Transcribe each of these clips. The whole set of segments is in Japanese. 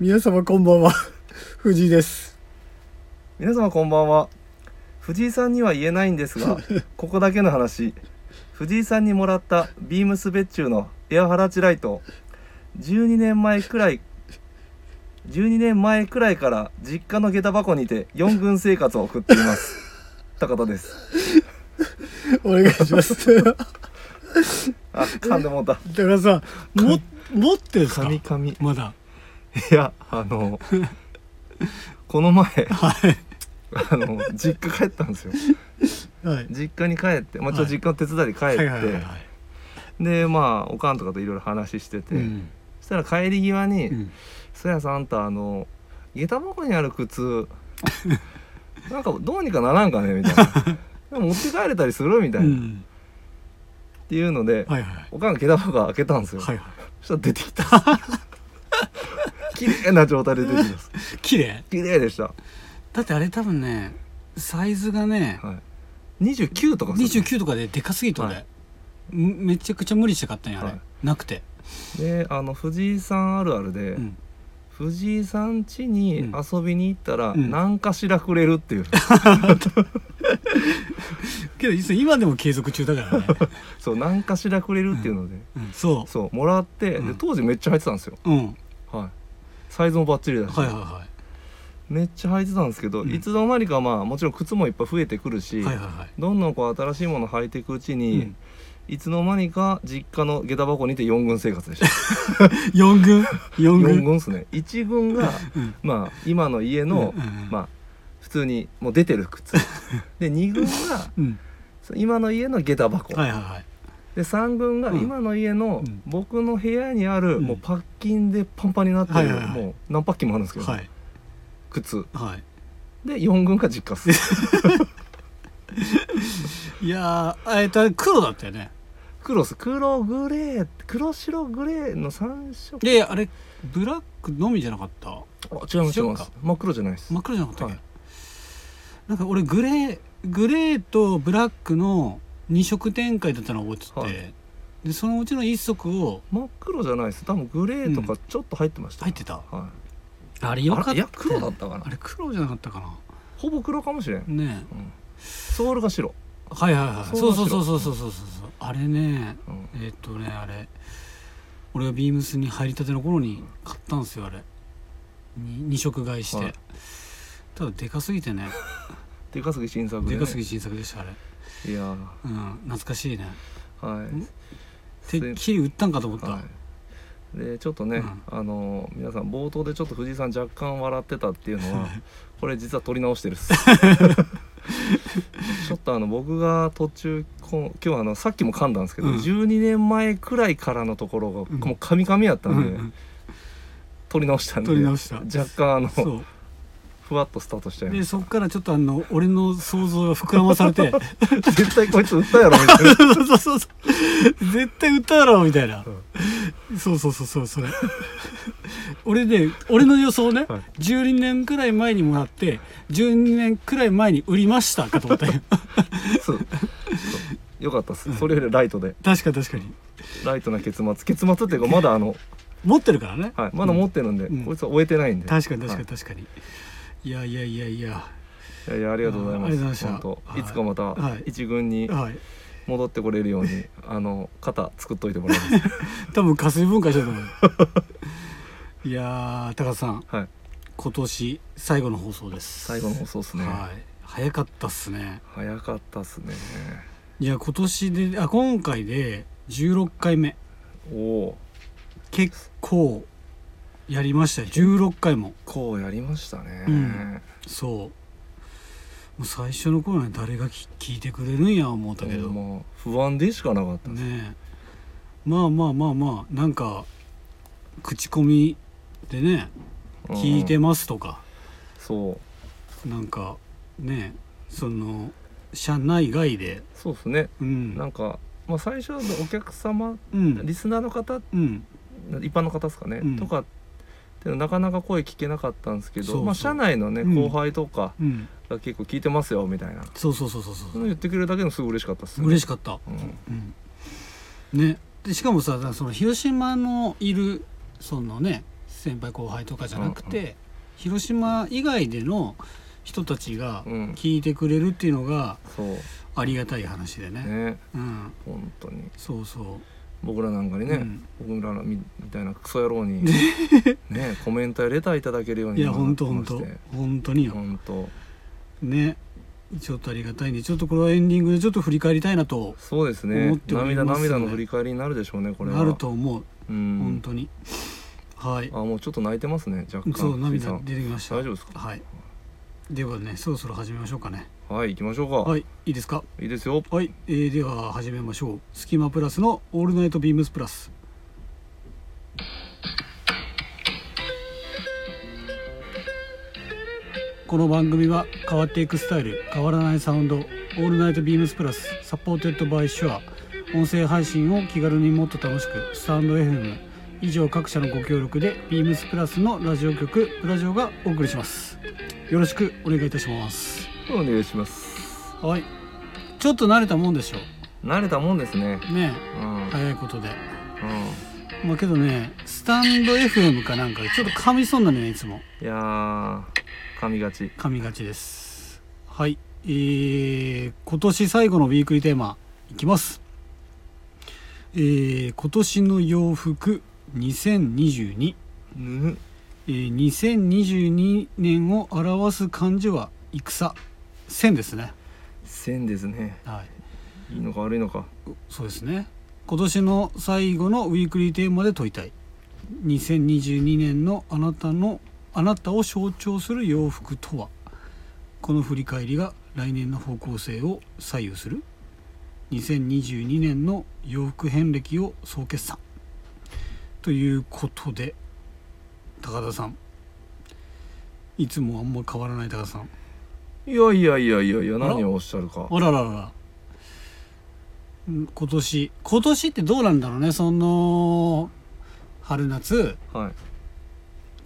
皆様こんばんは 藤井です皆様こんばんは藤井さんには言えないんですがここだけの話藤井さんにもらったビームス別注のエアハラチライト12年前くらい12年前くらいから実家の下駄箱にて4軍生活を送っています高田ですお願いします 高あ噛んでもうた田さんも持ってるんですか神々まだいやあのこの前はいあの実家帰ったんですよはい実家に帰って、まあ、ちょっと実家の手伝いで帰はっいはて、いはいはいでまあおかんとかといろいろ話してて、うんそしたら帰り際にう「んそ、やさんあんたあの下駄箱にある靴 なんかどうにかならんかね」みたいな「でも持って帰れたりする?」みたういな、っんていうので、はいはいおかんが下駄箱開けたんですよ、はいはそしたら出てきた 綺麗な状態で出てきますい綺麗綺麗でした、だってあれ多分ねサイズがねはい、29とかする29とかででかすぎて俺、はいむめちゃくちゃ無理して買ったんやあれ、はいなくて、であの藤井さんあるあるで、うん、藤井さん家にうん遊びに行ったらうん何かしらくれるっていう、けど実は今でも継続中だ からね、そう何かしらくれるっていうので、うん、そそうもらって、うでん当時めっちゃ履いてたんですよ、ううんはい、サイズもバッチリだし、はいはいはめっちゃ履いてたんですけど、うんいつの間にかまあもちろん靴もいっぱい増えてくるし、いはいはいはいどんどんこう新しいもの履いていくうちに、うんいつの間にか実家の下駄箱にて4軍生活でした 4軍4 4軍軍ですね1軍がうんまあ今の家の、うんまあ普通にもう出てる 靴で2軍がうん今の家の下駄箱、はいはいはいで3軍がうん今の家のうん僕の部屋にある、うんもうパッキンでパンパンになってる、はいはいはいもう何パッキンもあるんですけど、はい靴はで4軍が実家っす いいやーえっと黒だったよね黒っす黒グレー黒白グレーの3色であれブラックのみじゃなかったあ違います違いま一緒すか真っ黒じゃないです真っ黒じゃなかったっけ、はいなんか俺グレーグレーとブラックの2色展開だったのを覚えてて、はいでそのうちの1足を真っ黒じゃないです多分グレーとかちょっと入ってました、入ってたはあれい、よかったあれいや黒だったかなあれ黒じゃなかったかほぼ黒かもしれん、なねえうんソールが白、はいはいはいそそううそそうそうそううそうそうそうそうあれねうんえーっとねあれ俺がビームスに入りたての頃に買ったんですよあれに2色買いして、はいただでかすぎてねでかすぎ新作で、ね、でかすぎ新作でしたあれいやうーん懐かしいねはいんすていっきり売ったんかと思った、はい、でちょっとね、うんあの皆さん冒頭でちょっと藤井さん若干笑ってたっていうのは これ実は撮り直してるっすちょっとあの僕が途中こ今日あのさっきも噛んだんですけど、うん12年前くらいからのところがうんもうカミカミやったんで、うんうん撮り直したんで撮り直した若干あの そふわっとスタートしちうゃいでましそっからちょっとあの俺の想像が膨らまされてた絶対こいつ売ったやろみた いなそうそうそうそう絶対売っただろうみたいな、そうそうそうそうそれ俺ね俺の予想ね、はい12年くらい前にもらって12年くらい前に売りましたかと思 ったよそうそうよかったっすそれよりライトで確かに確かにライトな結末結末っていうかまだあの持ってるからね、はい、まだ持ってるんで、うんこいつは終えてないんで。確かに確かはに確かに、い、やいやいやいやい。いやいや、ありがとうございます。ありがとうございました本当はいいつかまた、はい一軍にはい戻ってこれるよう に、あの、肩作っといてもらいます。多分加水分解してると思う いやー高田さんはい、今年最後の放送です最後の放送ですね。はい早かったっすね早かったっすね。いや今年であ今回で16回目おおー、結構やりましたよ16回もこうやりましたね。うんそうもう最初の頃に誰がき聞いてくれるんや思っただけけど、どねまあ、不安でしかなかったです。えまあまあまあまあなんか口コミでね「うん聞いてます」とかそう、なんかねその社内外でそうですね。うなんんか、まあ、最初はお客様、うんリスナーの方、うん一般の方ですかね、うんとか。っていうのはなかなか声聞けなかったんですけど、そうそうまあ、社内のね、うん後輩とか。うん結構聞いてますよみたいなそうそうそうそうそそういうの言ってくれるだけでもすごい嬉しかったっすう嬉ししかったうん、うんねでしかもさだからその広島のいるそのね先輩後輩とかじゃなくて、広島以外での人たちがうん聞いてくれるっていうのがそうありがたい話でね、ねうん本当にそうそ僕らなんかにう、ね、うん僕らのみみたいなクソ野郎 にねコメントやレターいただけるようにいや本当本当本当によ、本当ねちょっとありがたいんでちょっとこれはエンディングでちょっと振り返りたいなとそうです思っねており涙ますね涙の振り返りになるでしょうねこれはなると思う、うん本当にはいあもうちょっと泣いてますね若干そう藤井さ涙ん出てきました大丈夫ですかはいではねそろそろ始めましょうかねはい行きましょうか、はいいいですかい、いですよはい、えー、では始めましょう「スキマプラス」の「オールナイトビームスプラス」この番組は変わっていくスタイル変わらないサウンド「オールナイトビームスプラス」サポーテッドバイシュア音声配信を気軽にもっと楽しくスタンド FM 以上各社のご協力でビームスプラスのラジオ局「プラジオ」がお送りしますよろしくお願いいたしますお願いしますはいちょっと慣れたもんでしょ慣れたもんですねうねえうん、早いことでうんまあけどねスタンド FM かなんかちょっと噛みそうなのよいつもいやー噛みがち噛みがちですはいえー、今年最後のウィークリーテーマいきますえー、今年の洋服2022ぬえー2022年を表す漢字は戦戦ですね線ですねはいいいのか悪いのかそうですね今年の最後のウィークリーテーマで問いたい2022年のあなたのあなたを象徴する洋服とはこの振り返りが来年の方向性を左右する2022年の洋服遍歴を総決算ということで高田さんいつもあんま変わらない高田さんいやいやいやいやいやあら何をおっしゃるかあらららら。ん今年、今年ってどうなんだろうね、その、春夏は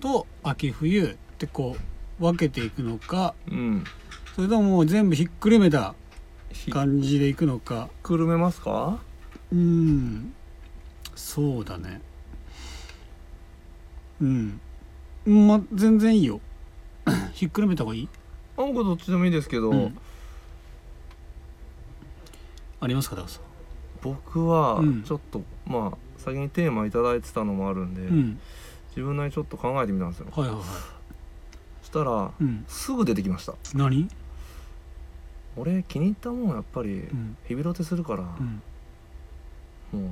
と秋冬ってこう、分けていくのか、いうんそれとももう全部ひっくるめたひっ感じでいくのか、くるめますかうん、そうだね。うん。ま、全然いいよ。 ひっくるめた方がいいあ僕どっちでもいいですけど、うんありますか、高さん。僕はうんちょっと、まあ先にテーマ頂いただいてたのもあるんで、うん。自分なりにちょっと考えてみたんですよはいはいはい。そしたらうん。すぐ出てきました何俺気に入ったもんやっぱりうん。ヘビロテするから、うん。も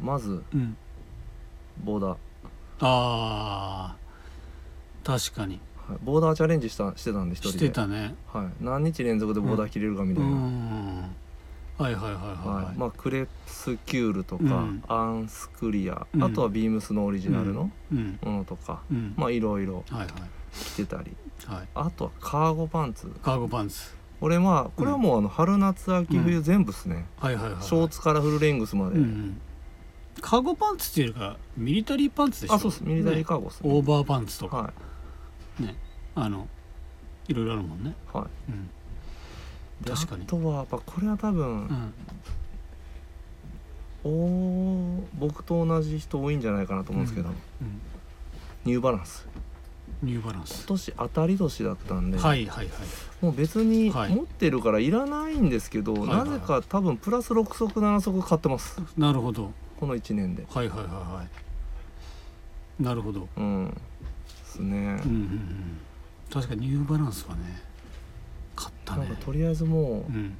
うまずうん。ボーダー、はあー確かにい、ボーダーチャレンジしたしてたんで一人しでてたねはい、何日連続でボーダー切れるかみうたいな、んはいはいはいはいはいまあ、クレスキュールとか、うんアンスクリア、うんあとはビームスのオリジナルのうんものとか、うんまあいろいろはいは着てたりいはいあとはカーゴパンツカーゴパンツこれまあこれはもうあの春夏秋う冬全部っすね、はいはいはいショーツからフルレングスまで、うんうんカーゴパンツっていうよりかミリタリーパンツでしょあそうっすミリタリーねカーゴっすねオーバーパンツとかはあのいろいろあるもんねいはうんいで確かにあとはやっぱこれは多う分、んおー僕と同じ人多いんじゃないかなと思うんですけど、うんニューバランスニューバラン今ス年当たり年だったんで、はいはいはいもう別にはい持ってるからいらないんですけど、はいはいなぜか多分プラス6足7足買ってますなるほどこの1年ではいはいはいはいなるほどうんですうねん、うんうん確かにニューバランスはね買ったなんねかとりあえずもう、うん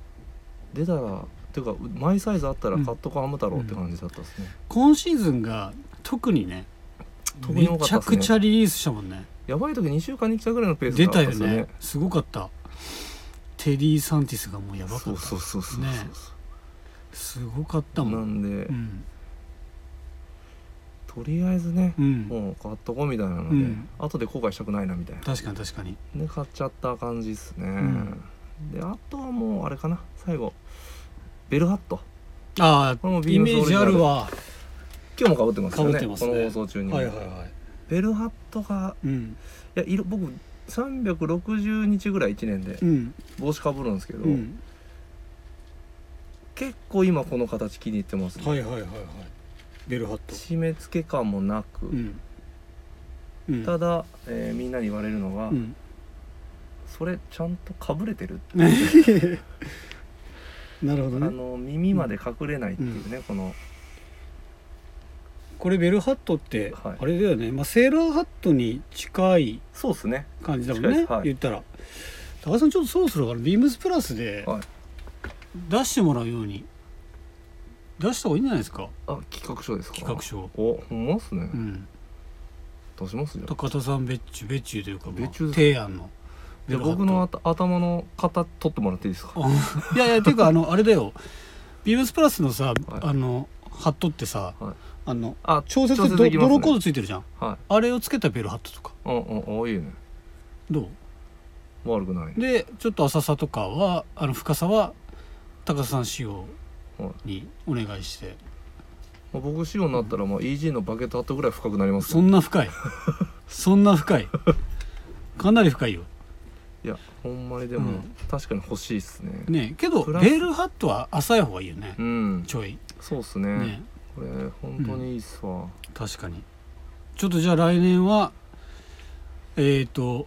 出たら、っていうかマイサイズあったら買っとこうハム太郎って感じだったですね、今シーズンが特にね特に多めかっちたゃっすねくちゃリリースしたもんねやばい時2週間に来たぐらいのペース出だったたんよですよねねすごかったテディ・サンティスがもうやばかったそうそうそうそうそう、ねすごかったもなんんで、うんとりあえずねう、んもう買っとこうみたいなので、うん後で後悔したくないなみたいな確かに確かにで買っちゃった感じですね、んであとはもうあれかな最後ベルハットああこれもビイームメスージあるわ今日もかぶってますよね被ってますねこの放送中に、はいはいはいベルハットがうんいや色僕360日ぐらい1年でうん帽子かぶるんですけど、うん結構今この形気に入ってますね、はいはいはいはいベルハット締め付け感もなく、うんうんただ、えーみんなに言われるのが、うんそれちゃんとかぶれてる、 なるほどあねの耳まで隠れないっていうね、このこれベルハットってはいあれだよね、まあ、セーラーハットに近いそうですね感じだもん近いね、ですはい言ったら高橋さんちょっとそろそろあのビームスプラスではい出してもらうように出した方がいいんじゃないですかあ企画書ですか企画書をおほんまっすね、うん出しますよ高田さん別注別注というか、まあ別注です提案のじゃあベルハット僕のあた頭の型取ってもらっていいですかあ いやいやていうかあのあれだよビームスプラスのさ、あのハットってさ、はいあのあ調節調節できドますね泥コードついてるじゃんはあれをつけたベルハットとかいうんうんあいいねど悪くないうでちょっと浅さとかはあの深さは高田さん仕様にお願いして、まあ僕仕様になったら、まあ、EG のバケットハットぐらい深くなりますそんな 深いそんな深いかなり深いよいやほんまにでも、うん確かに欲しいっすねねえけどプラスベールハットは浅い方がいいよねうんちょいそうっすねねこれ本当にいいっすわ、確かにちょっとじゃあ来年はえっ、と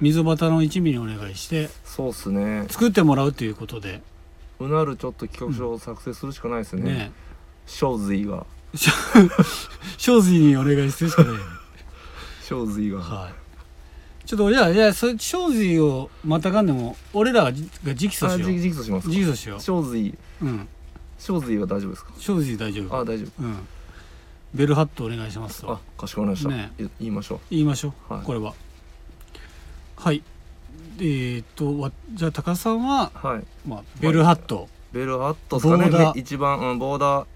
溝端の一味にお願いしてそうっすね作ってもらうということでうなるちょっと企画書を作成するしかないですね、ね小髄が正髄にお願いするしかないよね小髄が、はいちょっとじゃあじゃあそれ正髄をまたがんでも俺らが直訴あしよじうジグしますか直訴しよ小髄ううん小髄は大丈夫ですか正髄大丈夫あ大丈うんベルハットお願いします夫とあかしこまりました、ねい言いましょ言いましょう、はいこれははいえー、っとわじゃあ高田さんは、うはいまあ、ベルハット、ベルハットですかボねーダーめ一番、うん、ボーダー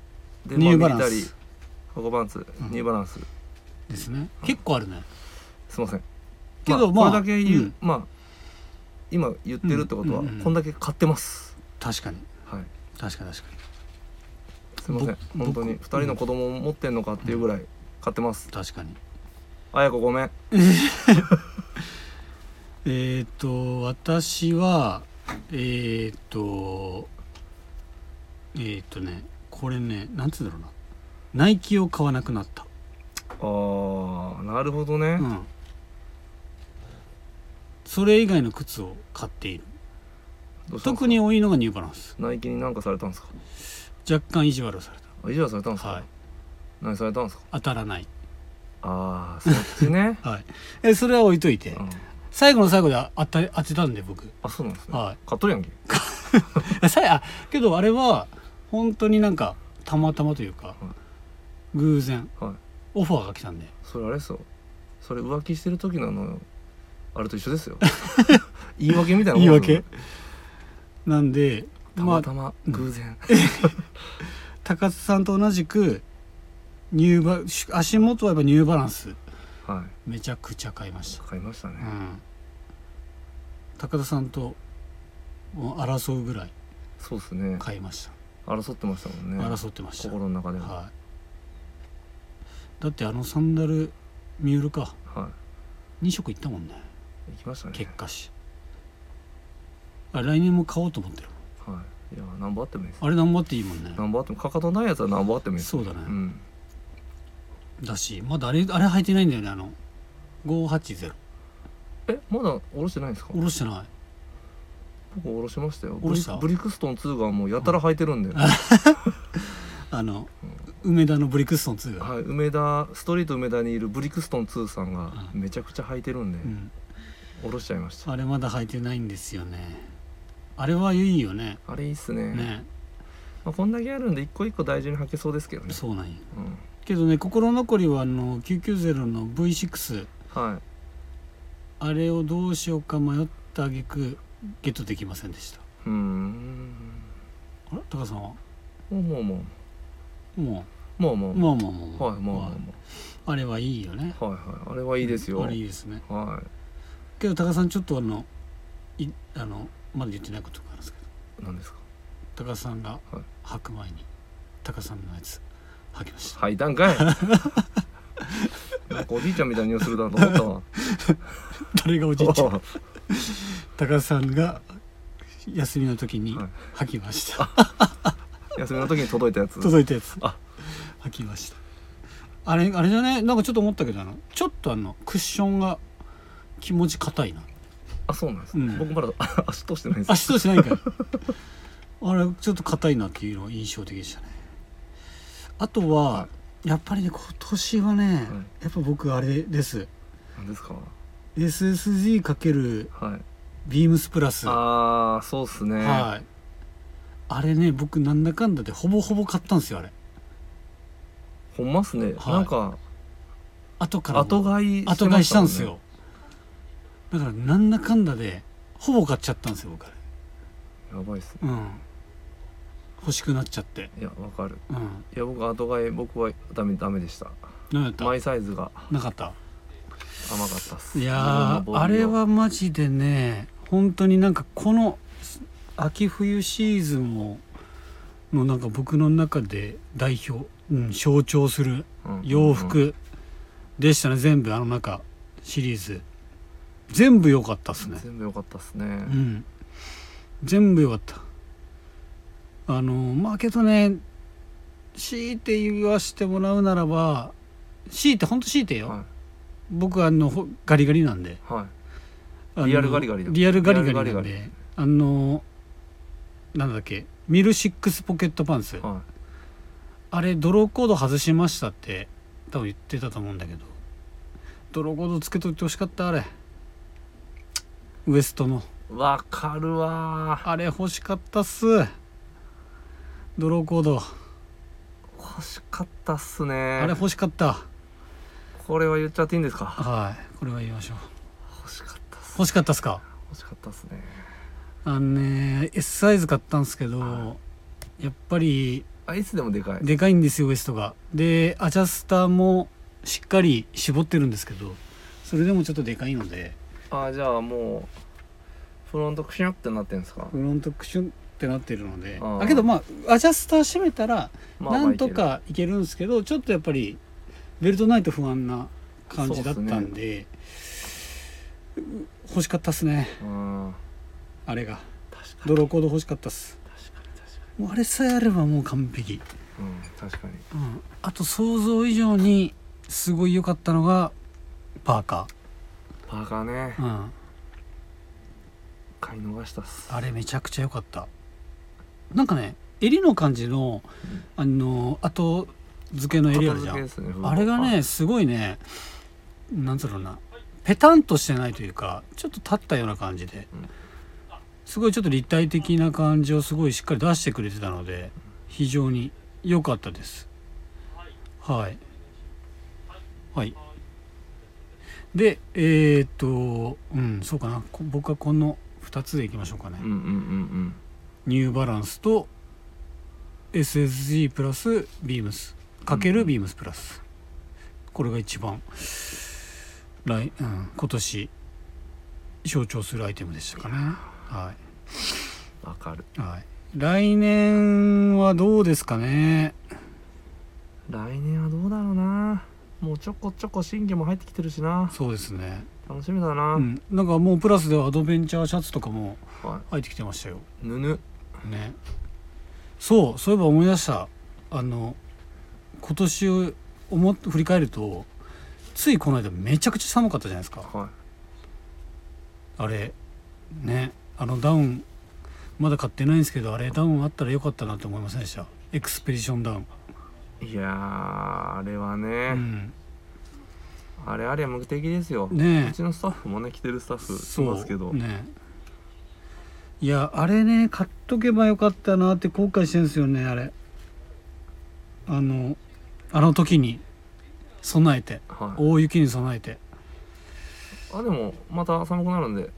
でニューバランまあミリタリスー箱パンツ、うんニューバランスですね結構あるねすいませんけどまあこれだけ言う、うんまあ今言ってるってことは、うんうんうんこんだけ買ってます確かにはい確かに確かにすいませんぼ本当に2僕人の子供持ってんのかっていうぐらい買ってます、確かにあやこごめんえーっと私はえーっとえーっとねこれねなんつうんだろうなナイキを買わなくなったああなるほどね、うんそれ以外の靴を買っているどうしたんですか特に多いのがニューバランスナイキに何かされたんですか若干意地悪をされあ意地悪されたんですたか、はい何されたんですか当たらない、ああそっちね はいえそれは置いといてうん、最後の最後で当た当てたんで僕あそうなんですね、はい買っとるやんけあさあけどあれは本当になんかたまたまというか、偶然はいオファーが来たんでそれあれですよそれ浮気してる時のあのあれと一緒で すよ言い訳みたいな言いもんですよ訳なんでたままあたま偶然、高津さんと同じくニューバし足元はやっぱニューバランスはいめちゃくちゃ買いました、買いましたね、うん、高田さんともう争うぐらいそうですね買いました、争ってましたもんね争ってました、心の中では、はい、だってあのサンダルミュールかは2色いったもんねい行きましたね結果しあ来年も買おうと思ってるはいいや何本あってもいいですあれ頑張っていいもんね何本あってもかかとないやつは何本あってもいいですそうだね、うんだしまだあれあれ履いてないんだよねあの580えまだ下ろしてないんですか下ろしてない僕下ろしましたよ下ろしたブリブリクストン2がもうやたら履いてるんで、 あの、梅田のブリクストン2が、はい、梅田ストリート梅田にいるブリクストン2さんがうめちゃくちゃ履いてるんで、うん、下ろしちゃいましたあれまだ履いてないんですよねあれはいいよねあれいいっすねね、まあ、こんだけあるんで一個一個大事に履けそうですけどねそうなんやうんけどね心残りはあの990の V6 はいあれをどうしようか迷った挙句ゲットできませんでしたうーんあら高田さんはもうもうももうもううもうまあまあまあまあ、はいもうもうはいもあれはいいよねうはいはいあれはいいですよ、あれいいですねはけど高田さんちょっとあのいあのまだ言ってないことがあるんですけどいなんですか高田さんがはい履く前に高田さんのやつ履きましたはい 段階なんかおじいちゃんみたいな匂いするだと思ったわ誰がおじいちゃんは高田さんが休みの時にはい履きました、い休みの時に届いたやつ届いたやつあ履きましたあれあれじゃねなんかちょっと思ったけどあのちょっとあのクッションが気持ち硬いなあそうなんです、うん僕まだ あ足通してないんです足通してないんか いあれちょっと硬いなっていうのが印象的でしたねあとは、はやっぱりね今年はね、やっぱ僕あれですなんですか SSG× かけるはいビームスプラスはああそうっすね、いあれね僕なんだかんだでほぼほぼ買ったんですよあれほんまっすね、はいなんか後からも後買いしてま後買いしたんもですよだからなんだかんだでほぼ買っちゃったんですよ僕あれやばいっすねうん欲しくなっちゃっていやわかるうんいや僕後買い僕はダメダメでした何やったマイサイズがなかった甘かったっすいや自分ーのボあディれをはマジでね本当になんかこの秋冬シーズンものなんか僕の中で代表、うん、象徴するうんうん洋服でしたね全部あの中シリーズ全部良かったっすね全部良かったっすね、うん全部良かったあのまあけどね強いて言わしてもらうならば強いてほんと強いてよ、は僕はあのほガリガリなんでいはいあのリアルガリガリだリアルガリガリなんリアルガリであのなんだっけミルシックスポケットパンツはあれドローコード外しましたって多分言ってたと思うんだけどドローコードつけといてほしかったあれウエストのいわかるわあれ欲しかったっすドローコードー欲しかったっすねあれ欲しかったこれは言っちゃっていいんですかはいこれは言いましょう欲しかったっす欲しかったっすか欲しかったっすねあのね S サイズ買ったんですけどやっぱりアイスでもでかいでかいんですよウエストがでアジャスターもしっかり絞ってるんですけどそれでもちょっとでかいのであーじゃあもうフロントクシュンってなってんですか、フロントクションってなってるのであーあけどまあアジャスター締めたらまあまあなんとかいけるんですけどちょっとやっぱりベルトないと不安な感じだったそうんで、う欲しかったっすねいけるうんあれが確かにドローコード欲しかったっす確かに確かもうあれさえあればもう完璧にうん確かにうん、あと想像以上にすごい良かったのがパーカパーカーねー、うん、買い逃したっすあれめちゃくちゃ良かったなんかね襟の感じのうんあの後付けの襟あるじゃ片付けでんすねあれがねすごいねなんつうのかなペタンとしてないというかちょっと立ったような感じでうんすごいちょっと立体的な感じをすごいしっかり出してくれてたので非常に良かったですはいはいでえーっとうんそうかなこ僕はこの2つでいきましょうかねうんうんうんニューバランスと SSG プラスビームスかけるビームスプラス、これが一番来、うん、今年象徴するアイテムでしたかねはうんわかるい、はい、来年はどうですかね来年はどうだろうなもうちょこちょこ新規も入ってきてるしなそうですね楽しみだな、うんなんかもうプラスではアドベンチャーシャツとかもは入ってきてましたよいぬぬねそうそういえば思い出したあの今年を思って振り返るとついこの間めちゃくちゃ寒かったじゃないですかはあれねあのダウンまだ買ってないんですけどあれダウンあったらよかったなって思いませんでしたエクスペディションダウン、いいやーあれはうね、ん、あれあれ無敵ですよ、うねちのスタッフもね来てるスタッえフいますけど、ねいやあれね買っとけばよかったなって後悔してるんですよねあれあのあの時に備えてはい大雪に備えてあでもまた寒くなるんでも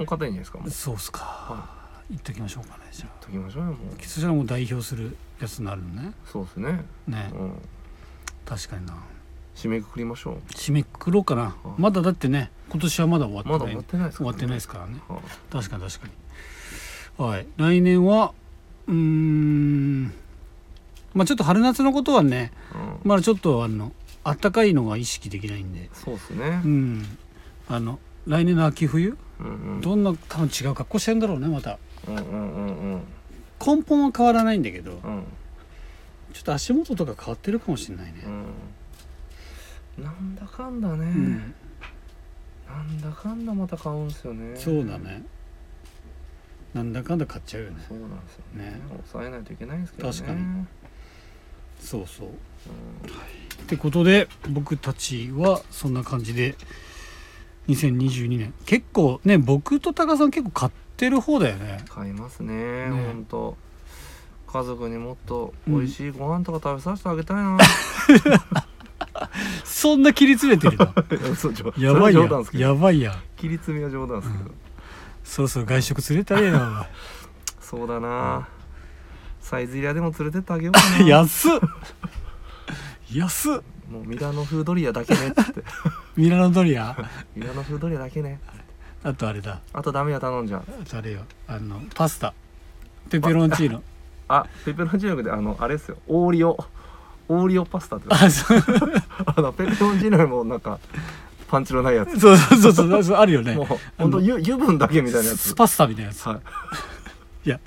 う硬いんじゃないですかもうそうっすかは言っときましょうかねじゃあいときましょうよもうそしたらもう代表するやつになるのねそうですね、ねうん、確かにな締めくくりましょう締めくくろうかなはいまだだってね今年はまだ終わってなまいだ終わってないですか終らわね、ってないですからねはい確かに確かにはい来年はうーんまあちょっと春夏のことはねうんまだちょっとあの暖かいのが意識できないんでそうですねう、んあの来年の秋冬うんうん、どんな多分違う格好してるんだろうねまたうんうんうんうん根本は変わらないんだけどうんちょっと足元とか変わってるかもしれないね、うんなんだかんだね、うんなんだかんだまた買うんすよねそうだねなんだかんだ買っちゃうよねそうなんですよねね抑えないといけないんですけどね確かにうんそうそうってことで僕たちはそんな感じで2022年結構ね僕と高さん結構買ってる方だよね買いますねねほんと家族にもっと美味しいご飯とか食べさせてあげたいな、そんな切り詰めてるの そう冗やばいそやれ冗談ですけどやばいや切り詰めは冗談ですけど、そろそろ外食連れたらええなそうだなサイズリアでも連れてってあげようか な安っ安っもうミラノ風ドリアだけねっつって ミラノドリアミラノ風ドリアだけねあとあれだあとダメや頼んじゃうあとあれよあのパスタペペロンチーノあペペロンチーノであのあれですよオーリオオーリオパ スタってあそうあのペペロンチーノよりもなんかパンチのないやつそうそうそうそうそうあるよねもうほんと油油分だけみたいなやスつパスタみたいなやつはいや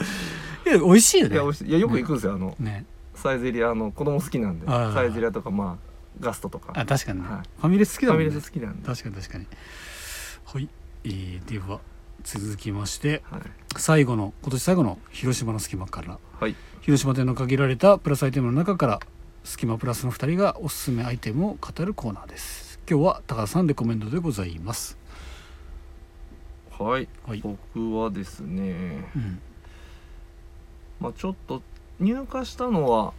いや美味しいよいいや美ね味しいいやよく行くんですよあのねサイゼリアあの子供好きなんであーサイゼリアとかまあガストとかあ確かにね、はいファミレス好きフだァもんミねレス好きなんで確かに確かにはい、えー、では続きましてはい最後の今年最後の広島の隙間からはい広島店の限られたプラスアイテムの中から隙間プラスの2人がおすすめアイテムを語るコーナーです今日は高田さんレコメンドでございますはいはい、僕はですねうん、まあちょっと入荷したのは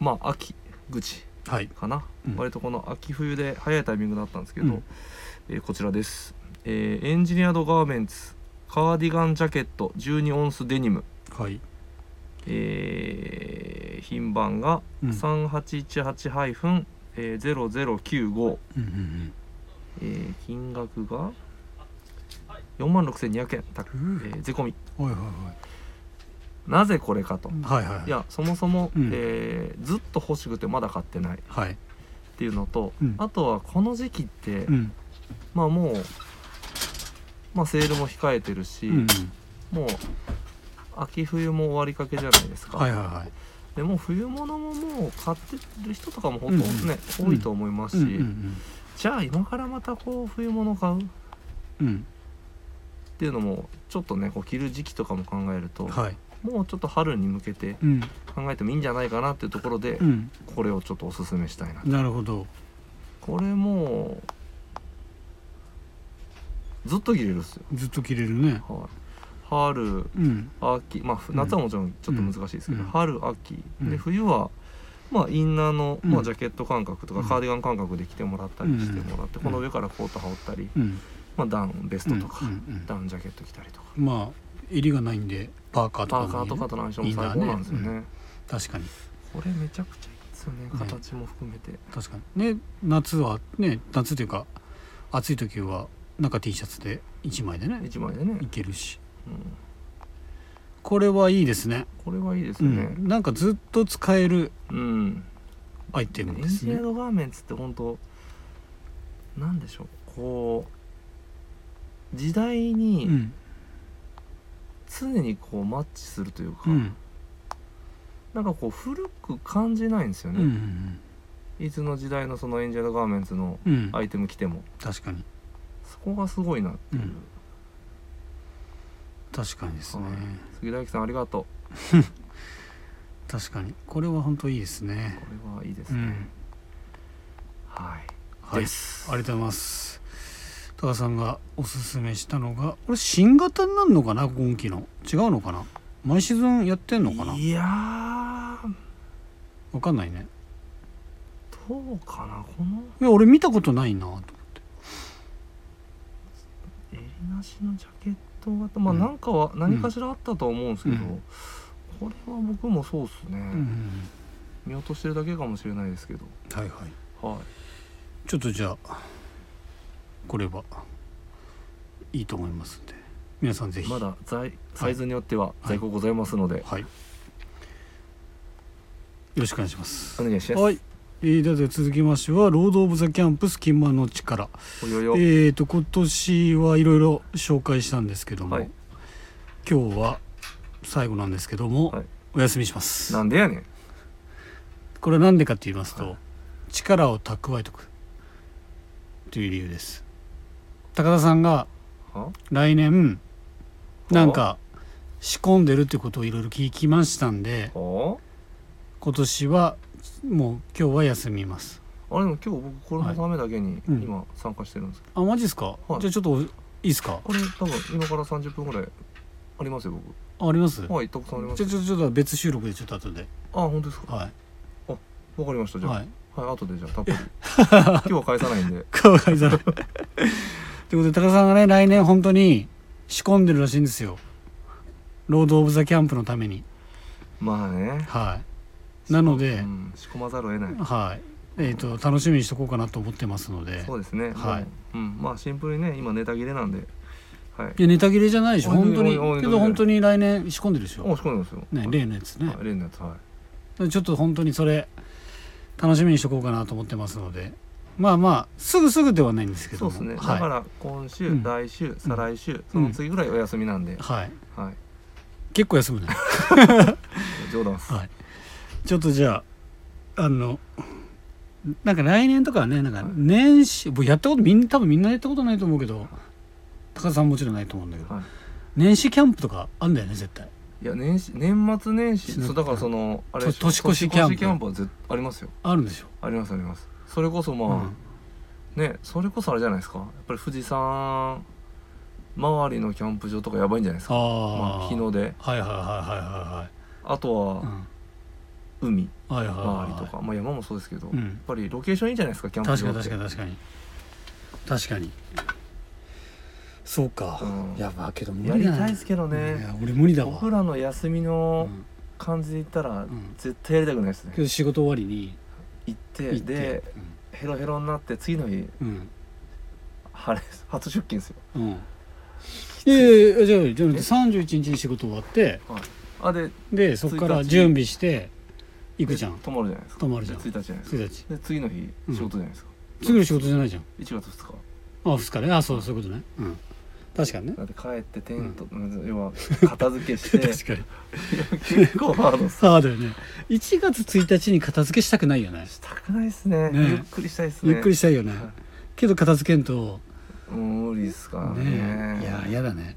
まあ秋口はいかな、うん割とこの秋冬で早いタイミングだったんですけど、うんえーこちらです、えーエンジニアードガーメンツカーディガンジャケット12オンスデニム、はい、えー品番がうんうん3818-0095、うえーんうんえー金額が4万6200円高く、うんえー税込みはいはいなぜこれかと、はいはいはいいやそもそも、うんえーずっと欲しくてまだ買ってないっはいていうのと、うんあとはこの時期って、うんまあもう、まあ、セールも控えてるし、うんうんもう秋冬も終わりかけじゃないですか、はいはいはいでもう冬物ももう買ってる人とかもほんとね、うん多いと思いますうし、んうんじゃあ今からまたこう冬物買うっうんていうのもちょっとねこう着る時期とかも考えると、うんはいもうちょっと春に向けてうん考えてもいいんじゃないかなっていうところで、うんこれをちょっとおすすめしたいななるほどこれもうずっと着れるんですよ、ずっと着れるねはい、春うん秋まあふうん夏はもちろんちょっと難しいですけど、うん春秋、うんで冬はまあインナーの、うんまあ、ジャケット感覚とうかんカーディガン感覚で着てもらったりしてもらって、うんこの上からコート羽織ったり、うんまあ、ダウンベストとか、うんうんうんダウンジャケット着たりとかまあ襟がないんでパーカーとかもパいーいカーとかとの相性も最いい高ななんですよねう確かにこれめちゃくちゃいいですよねね形も含めて、確かにね夏はね夏というか暑い時は中 T シャツで1枚でね一枚でね、いけるしうんこれはいいですねこれはいいですうよねんなんかずっと使えるうん、アイテエムンですジニアねのガーメンツって本当なんでしょうこう時代に、うん常にこうマッチするというか、うんなんかこう古く感じないんですようんね、いつの時代のそのエンジェルガーメンツのうんうんアイテム着ても確かにそこがすごいなっていう、うん確かにですねはい杉大樹さんありがとう確かにこれは本当いいですねこれはいいですうね、んはい、はいですありがとうございます高田さんがおすすめしたのがこれ新型になるのかな今期の違うのかな毎シーズンやってんのかないやーわかんないねどうかなこのいや俺見たことないなと襟なしのジャケット型まあうんなんかは何かしらあったとは思うんですけど、うんこれは僕もそうっすうね、ん見落としてるだけかもしれないですけどはいはいはいちょっとじゃあこれはいいと思いますんで皆さんぜひまだ在サイズによっては在庫ございますので、はいよろしくお願いしますお願いします。はいえー、では続きましては「ロード・オブ・ザ・キャンプ隙間の力」およよ。えー、と今年はいろいろ紹介したんですけども、はい今日は最後なんですけども、はいお休みしますなんでやねん。これは何でかと言いますと、はい力を蓄えとくという理由です高田さんがは来年なんか仕込んでるってことをいろいろ聞きましたんでは今年はもう今日は休みますあれでも今日僕これのためだけにうん今参加してるんですけあマジですか、はいじゃあちょっとおいいですかど、これ多分今から30分ぐらいありますよああります僕はいたくさんありまちすょちょちょっと別収録でちょっと後であ本当ですかはわかりましたいじゃあははい後でじゃあたっ ぷり今日は返さないんで顔がいざないということで高田さんがね来年本当に仕込んでるらしいんですよロード・オブ・ザ・キャンプのためにまあねはいなので、うん仕込まざるを得ないはいえー、と楽しみにしとこうかなと思ってますのでそうですねはいもううんまあシンプルにね今ネタ切れなんではいいやネタ切れじゃないでしょおいおい本当においおいけど本当に来年仕込んでるでしおょ仕込んでますよね例のやつねはい例のやつはいちょっと本当にそれ楽しみにしとこうかなと思ってますのでまあまあすぐすぐではないんですけどそうもですね、はだかい、ら今週、うん来週再来週、その次ぐらいお休みなんで、はい、はい結構休むね冗談です、はいちょっとじゃああのなんか来年とかはねなんかはい年始僕やったことみん多分みんなやったことないと思うけど高田さんもちろんないと思うんだけどはい、年始キャンプとかあんだよね絶対いや年始年末年始しなそうだからそのあれでしょと年越しキャンプ年越しキャンプは絶ありますよあるんでしょ、ありますありますそれこそうまあ、ねそれこそあれじゃないですかやっぱり富士山周りのキャンプ場とかやばいんじゃないですかまああ、あ日の出はいはいはいはあといはいははい海うんはいはいはい周りとか、まあ、山もそうですけど、うやっんぱりロケーションいいじゃないですかキャンプ場っ確かてに確かに確かに確かにそうか、うんやばけど無や理りだなたいですけどね、いや俺無理だわ僕らの休みのうん感じで言ったら、ん絶対やりたくないですねけど仕事終わりに行って行ってでヘロヘロになって次の日うん晴れです初出勤ですようん、うんいやいやいやじゃあじゃなくて31日に仕事終わってあででそこか1ら日準備して行くじゃんで泊まるじゃないですか泊まるじゃんで1日じゃないですか1日で次の日うん仕事じゃないですか、次の仕事じゃないじゃん1月2日あ2日ねあそうそういうことねうん確かにねだって帰ってテント、要は片付けして 確かに結構ハードっすそうだよね1月1日に片付けしたくないよねしたくないですねねゆっくりしたいですねゆっくりしたいよねはいけど片付けんともう無理っすからねねえいや嫌だね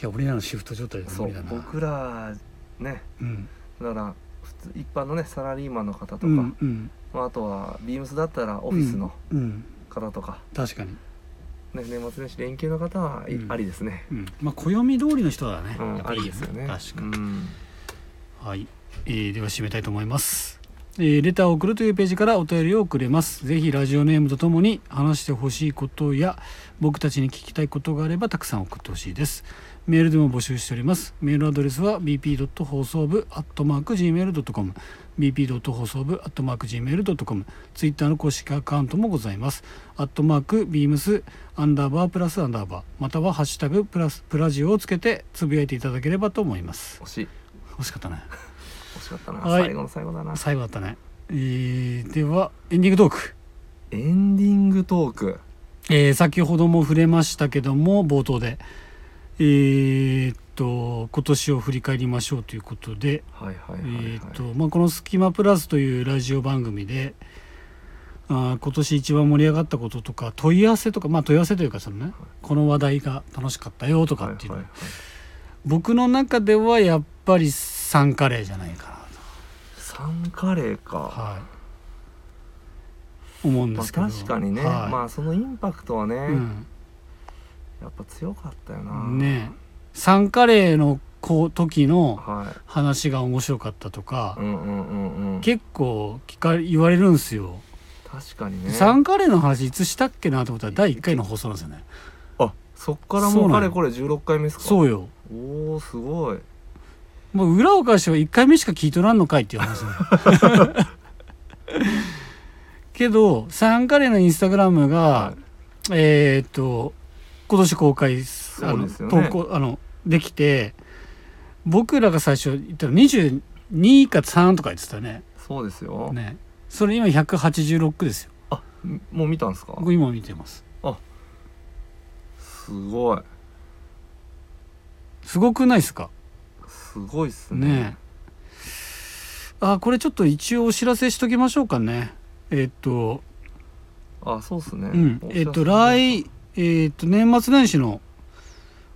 いや俺らのシフト状態でそ無う理だな僕らねうんだから普通一般のねサラリーマンの方とうか、んうんまあ、あとはビームスだったらオフィスのうん方とか、確かにね、年末年始連休の方は、いうんありですね、うんまあ暦通りの人だねうんや っぱありりですよね確かにうんはい、えーでは締めたいと思います、えーレターを送るというページからお便りを送れますぜひラジオネームとともに話してほしいことや僕たちに聞きたいことがあればたくさん送ってほしいですメールでも募集しておりますメールアドレスは bp. 放送部 .gmail.com bp. 放送部 .gmail.com ツイッターの公式アカウントもございますアットマークビームスアンダーバープラスアンダーバーまたはハッシュタグプラスプラジオをつけてつぶやいていただければと思います惜しい惜しかったね惜しかったな、はい最後の最後だな最後だったね、えーではエンディングトーク、エンディングトークえー先ほども触れましたけども冒頭でえーっと今年を振り返りましょうということで、はいはいはい、えはいーっとまあ、この「スキマプラス」というラジオ番組であー今年一番盛り上がったこととか問い合わせとかまあ問い合わせというかそのね、この話題が楽しかったよとかっていうの、はいはいはい僕の中ではやっぱりサンカレーじゃないかなサンカレーか、と、はい、思うんでまあ、すけど、確かにね、はいまあそのインパクトはね、うんやっぱ強かったよなねえサンカレーのこう時のは話が面白かったとい、うか、んうんうんうん結構聞か言われるんですよ、確かにねサンカレーの話いつしたっけなと思ったら第1回の放送なんですよねあそっからそうもうなのかれこれ16回目ですかそうよおおすごいもう裏を返しては1回目しか聞いとらんのかいっていう話なの けどサンカレーのインスタグラムが、はえーっと今年公開あそうの、ですよね投稿あのできて僕らが最初言ったら22か3とか言ってたねそうですよ、ねそれ今186ですよあんもう見たんですか僕今見てますすごいすごくないですかすごいっすねねえあこれちょっと一応お知らせしときましょうかねえっとあそうっすね、うんお知らせえっと来えっと年末年始の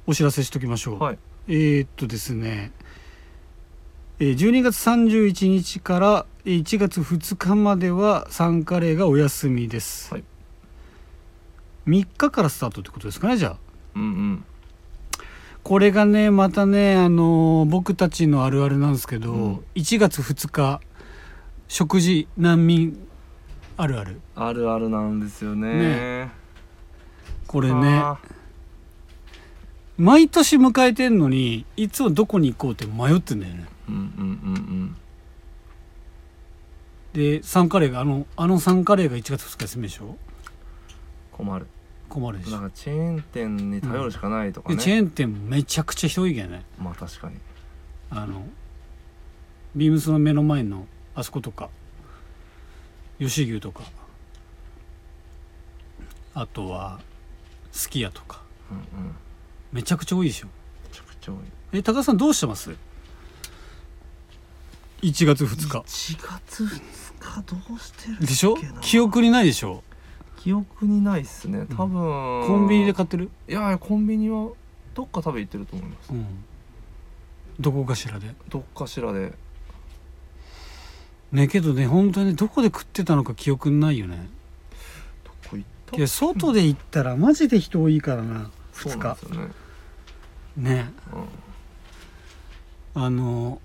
お知らせしときましょう、はいえーっとですね、えー12月31日からえー1月2日まではサンカレーがお休みです、はい3日からスタートってことですかねじゃあうんうんこれがねまたね、あのー僕たちのあるあるなんですけど、うん1月2日食事難民あるあるあるあるなんですよねねこれねあ毎年迎えてんのにいつもどこに行こうって迷ってんだよねーうんうんうんでサンカレーがあのあのサンカレーが1月2日休みでしょうん困る困るでしょなんかチェーン店に頼るしかないとかでね、チェーン店めちゃくちゃ人多いけどねまあ確かにあのビームスの目の前のあそことか吉牛とかあとはすき家とかうんうんめめちゃくちゃ多いでしょちゃくちゃ多いえ高田さんどうしてます1月2日1月2日どうしてるっけなでしょ記憶にないでしょ記憶にないっすね多分、コンビニで買ってる、いやいやコンビニはどっか食べ行ってると思います、うん、どこかしらでどっかしらでねけどね本当にねどこで食ってたのか記憶にないよねどこ行ったいや外で行ったらマジで人多いからなそう2なん日ですよね、ねあの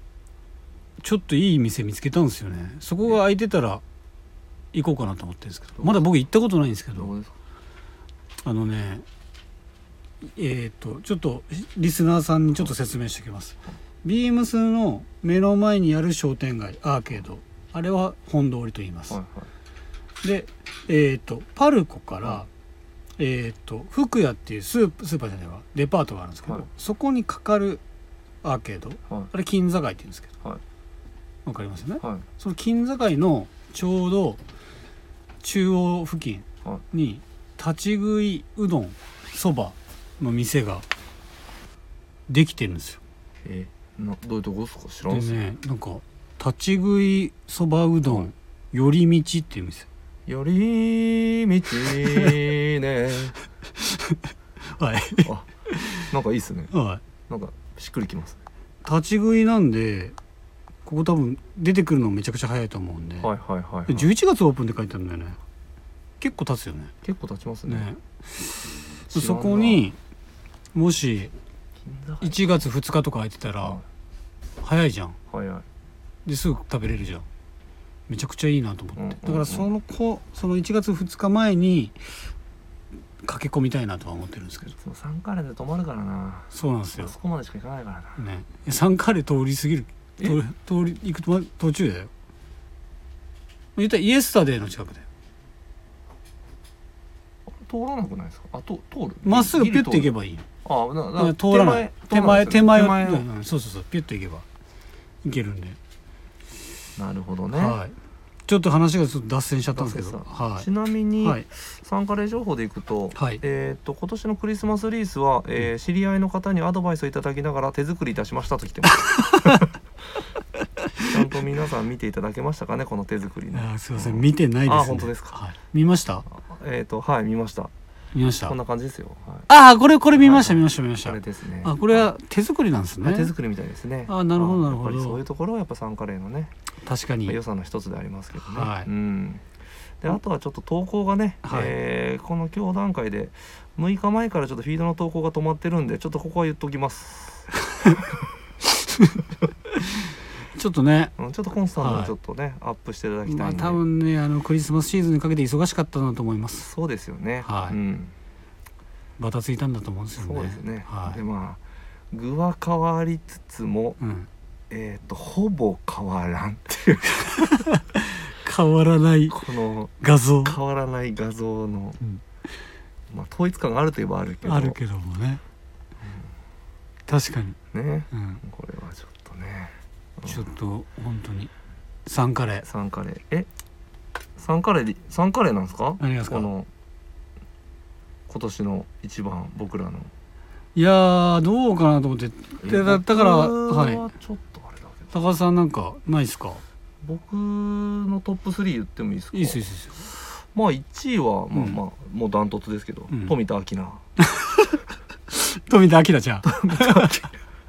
ちょっといい店見つけたんですよねそこが空いてたら行こうかなと思ってるんですけどまだ僕行ったことないんですけうん、どこどですかあのねえっ、とちょっとリスナーさんにちょっと説明しておきますビームスの目の前にある商店街アーケードあれは本通りと言います、はいはいでえっ、とパルコから、えっ、と福屋っていうスースーパーじゃないわデパートがあるんですけど、はいそこにかかるアーケードはあれ金座街って言うんですけど、はいわかりますよねいはいその金座街のちょうど中央付近に立ち食いうどんそばの店ができてるんですよえなどういうとこですか知らんでっすねなんか立ち食いそばうどん寄り道っていう店寄り道 ねはいあなんかいいっすねはなんかしっくりきますねい立ち食いなんでここ多分出てくるのめちゃくちゃ早いと思うんで、はいはいはい、ではい、 11月オープンって書いてあるんだよね結構経つよね結構経ちますねね知らんなそこにもし金座街1月2日とか空いてたらは早いじゃんいはいですぐ食べれるじゃんめちゃくちゃいいなと思って、うんうんうんだからその子その1月2日前に駆け込みたいなとは思ってるんですけどいつもサンカレーで泊まるからなそうなんですよあ、そこまでしか行かないからなね、いやサンカレー通り過ぎるえ通り通り行くとま途中だよ言ったらイエスタデーの近くで通らなくないですかあと通るまっすぐピュッて行けばばいいよあなだからな通らない手手前前手前手を前うんうんそうそうそうピュッて行けば行けるんで、なるほどね、はいちょっと話がちょっと脱線しちゃったんですけ脱ど線しはちなみいに、はいサンカレー情報でいくと、はいえーっと今年のクリスマスリースは、えー知り合いの方にアドバイスをいただきながら手作りいたしましたと来て ますちゃんと皆さん見ていただけましたかねこの手作りねあーすいません見てないです、ね、あー本当ですかはい、見ましたえーっとはい見ました見ましたこんな感じですよ、はい、ああこれこれ見ましたはい見ました見ましこたれですねあこれはは手作りなんですいね手作りみたいですねあーなるほどなはいるほどやっぱりそういうところはやっぱサンカレーのね確かに良さの一つでありますけどね。はいうん、であとはちょっと投稿がね、はいえーこの今日段階で6日前からちょっとフィードの投稿が止まってるんでちょっとここは言っときます。 ちょっとねうんちょっとコンスタントはいにちょっとね、アップしていただきたまいあんで、多分ねあのクリスマスシーズンにかけて忙しかったなと思いますそうですよね。はいうん、バタついたんだと思うんですよねそうですね。はいでまあ具は変わりつつも、うん、えー、とほぼ変わらんっ ていう変わらないこの画像変わらない画像の、うんまあ、統一感があるといえばあるけどあるけどもね確かに、ねうん、これはちょっとね。うんちょっと本当にサンカレーサンカレーえサンカレーでサンカレーなんですか何がですかこの今年の一番僕らのいやーどうかなと思ってえでだだから僕ははいちょっとあれだけど高田さんなんかないですか僕のトップ3言ってもいいですかいいっすいいっすいいっすまあ1位は、まあうんまあ、もうダントツですけど、うん富田明菜富田明ち ゃん富田明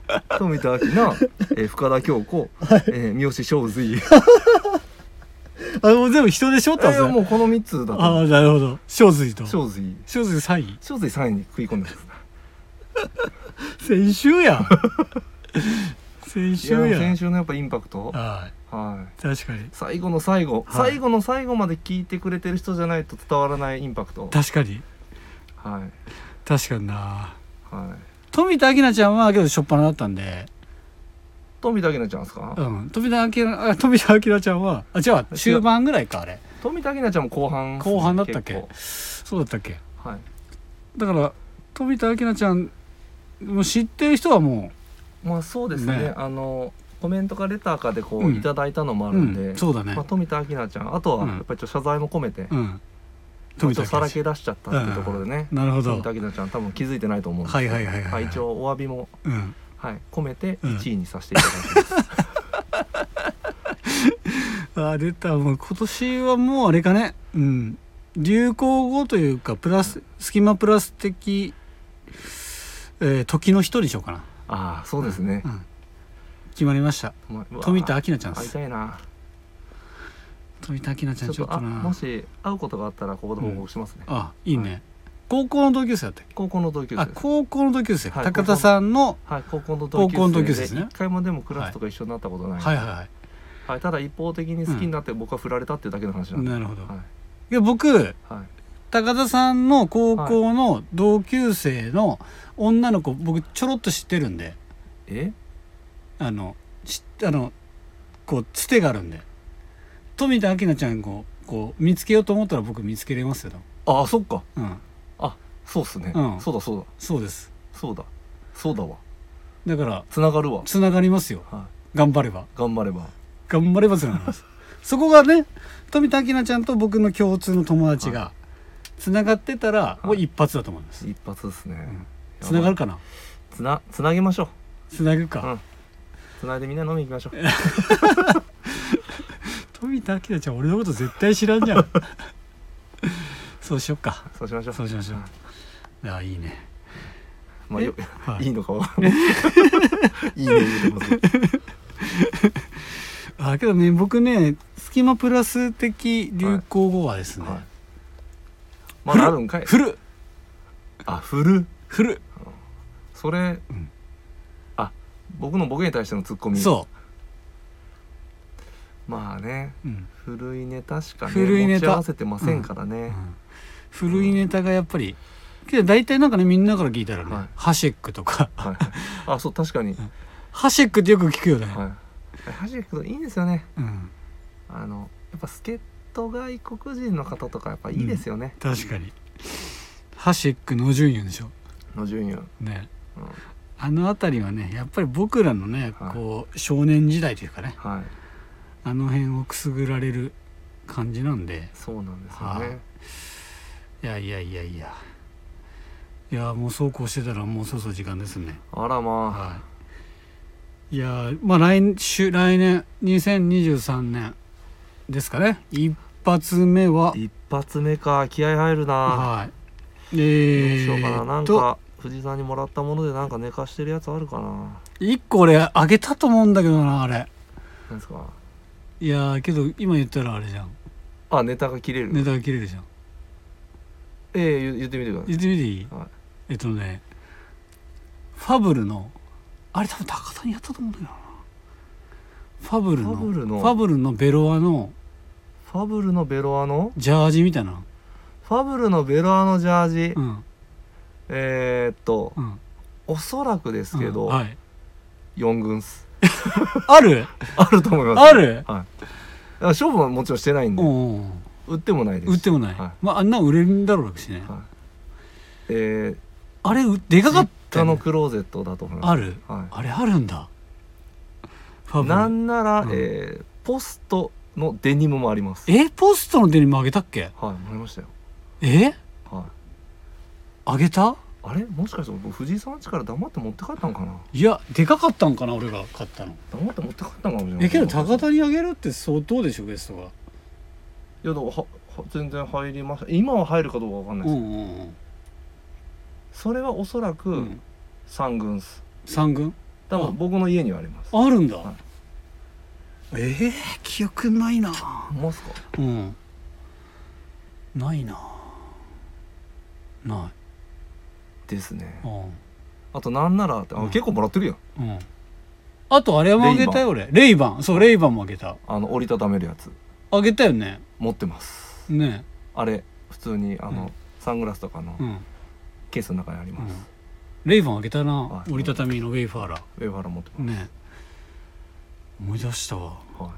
菜、えー深田恭子、えー三好翔水あもう全部人でしょったんえですーねもうこの3つだあとあなるほど正髄と翔水正髄3位翔水3位に食い込んでます先週や ん先い週やや先週のやっぱインパクトははいい確かに最後の最後、はい最後の最後まで聞いてくれてる人じゃないと伝わらないインパクト確かにはい確かになはい富田明菜ちゃんはけど初っ端だったんで、富田明菜ちゃんですか、うん、富田明菜あ富田明菜ちゃんはあ違う中盤ぐらいかあれ富田明菜ちゃんも後半っすね、後半だったっけ結そうだったっけ構はいだから富田明菜ちゃんもう知ってる人はもまあそうですねねあのコメントかレターかでこう、うんいただいたのもあう、るんで、うん、そうだね、まあ、富田明菜ちゃんあとはうんやっぱりちょっと謝罪も込めて、うんちょっ富田と明さら菜ちけ出しちゃったっていうところでねゃ、んなるほ富ど田明菜ちゃん多分気づいてないと思うんですはけいど、はいはいはい、はい一応お詫びも、うん、はい、込めてうん1位にさせていただき ます、あ出たもう今年はもうあれかねうん流行語というかプラス隙間プラス的、えー時の人にしようかな、ああそうですねう、ん、決まりましたまあうわ富田明菜ちゃんで会いすたいな富田明菜ちゃんちょっちょとっとあなもし会うことがあったらここで報告しますね、あいいね、高校の同級生だったっけ高校の同級生あです高校の同級生、はい高田さんのはい高校高の校の同同級生級生でです一、ね回もでもクラスとか一緒になったことない、はいはいはいはい、ただ一方的に好きになって僕は振られたっていうだけの話なんで、なるほど、はいで僕はい高田さんの高校の同級生の女の子、僕ちょろっと知ってるんでえあのしあのこうつてがあるんで富田明菜ちゃんをこう見つけようと思ったら僕見つけれますよ、ああそっかうん、そうっすね、うんそうだそうだそうですそうだそうだわだからつながるわ、つながりますよは頑張ればい、頑張れば頑張ればつながります そこがね富田明菜ちゃんと僕の共通の友達がつながってたらいもう一発だと思います一発ですね、んやばいつながるかなつなつなげましょうつなぐかうんつないでみんな飲み行きましょう富田明ちゃん俺のこと絶対知らんじゃ んそうしよっかそうしましょうそうしましょうはいあいいね、まあ、よはいいいのかわか んないいいね言うてますあけどね僕ね「スキマプラス」的流行語はですね、はいまだあるんかいフルあ振るフルそれ、うんあ僕のボケに対してのツッコミそうまあねう、うん古いネタしかね古いネタ持ち合わせてませんからね、うん古いネタがやっぱりけど大体なんかねみんなから聞いたらね、はいハシェックとかはいあそう確かに、はハシェックってよく聞くよね、い、ハジ君いいんですよねうん、あのやっぱ助っ人外国人の方とかやっぱいいですよね、確かにハシェックの順位でしょの順位はねうんあの辺りはねやっぱり僕らのねはいこう少年時代というかねはいあの辺をくすぐられる感じなんでそうなんですよはね、いいやいやいやいやいやもうそうこうしてたらもうそろそろ時間ですねあらまはいいやーまあ来週来年2023年ですかね一発目あは一発目か気合入るなはいどうえしようかなーなんっとか藤井さんにもらったものでなんか寝かしてるやつあるかな1個俺あげたと思うんだけどなあれなんですかいやーけど今言ったらあれじゃんあネタが切れる、ネタが切れるじゃんええ言言ってみてください言ってみていい、はいえっとねファブルのあれ多分高田にやったと思うんだけどなファブルのファブルのファブルのベロアのファブルのベロアのジャージみたいなファブルのベロアのジャージ、うんえー、っとうんおそらくですけど、うんはい、四軍っすあるあると思いますあるあ勝負はもちろんしてないんでうんうん売ってもないです売ってもない、はまああんなの売れるんだろうしね、はいえあれうでー、かかったよ実家のねクローゼットだと思いますあるはあれあるんだファい、なブルんなら、うんえーポストのデニムもありますえポストの手にもあげたっけはいもらいましたよえはあげたあれもしかして僕藤井さん家から黙って持って帰ったんかないやでかかったんかな俺が買ったの黙って持って帰ったんかもしれないえけど高田にあげるって相当でしょベストがいやだからはは全然入りました今は入るかどうかわかんないでうす、んうんうんそれはおそらうくん三軍っす三軍多分僕の家にはありますあるんだ、はいええ記憶ないなほんまっすかうんないななですねいうんあとなんならってあうん結構もらってるやんうんあとあれもあげたよ俺レイバンそうレイバンもあげたあの折りたためるやつあげたよね持ってますねあれ普通にあの、うんサングラスとかのうんケースの中にあります、レイバンあげたなはい折りたたみのウェイファーラウェーファラ持ってーまね思い出したわす、はい、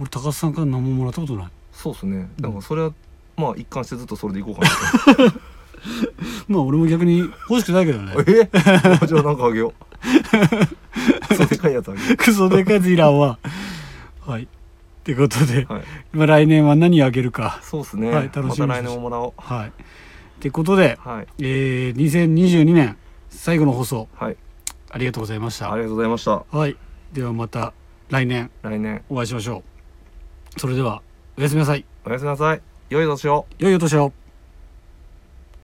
俺高須さんから何ももらったことないそうっすねだからそれは、まあ一貫してずっとそれでいこうかなとまあ俺も逆に欲しくないけどねえ じゃあなんかあげよう そうでかいやつあげ よクソでかいズイランははいってことでう、はい、まあ来年は何あげるかそうっすね、はい楽しみにましてた来年ももらおうはいってことで、はいえー、2022年最後の放送はいありがとうございましあたりがとうございましたはいではまた来年来年お会いしましょうそれではおやすみなさいおやすみなさい良いお年を良いお年を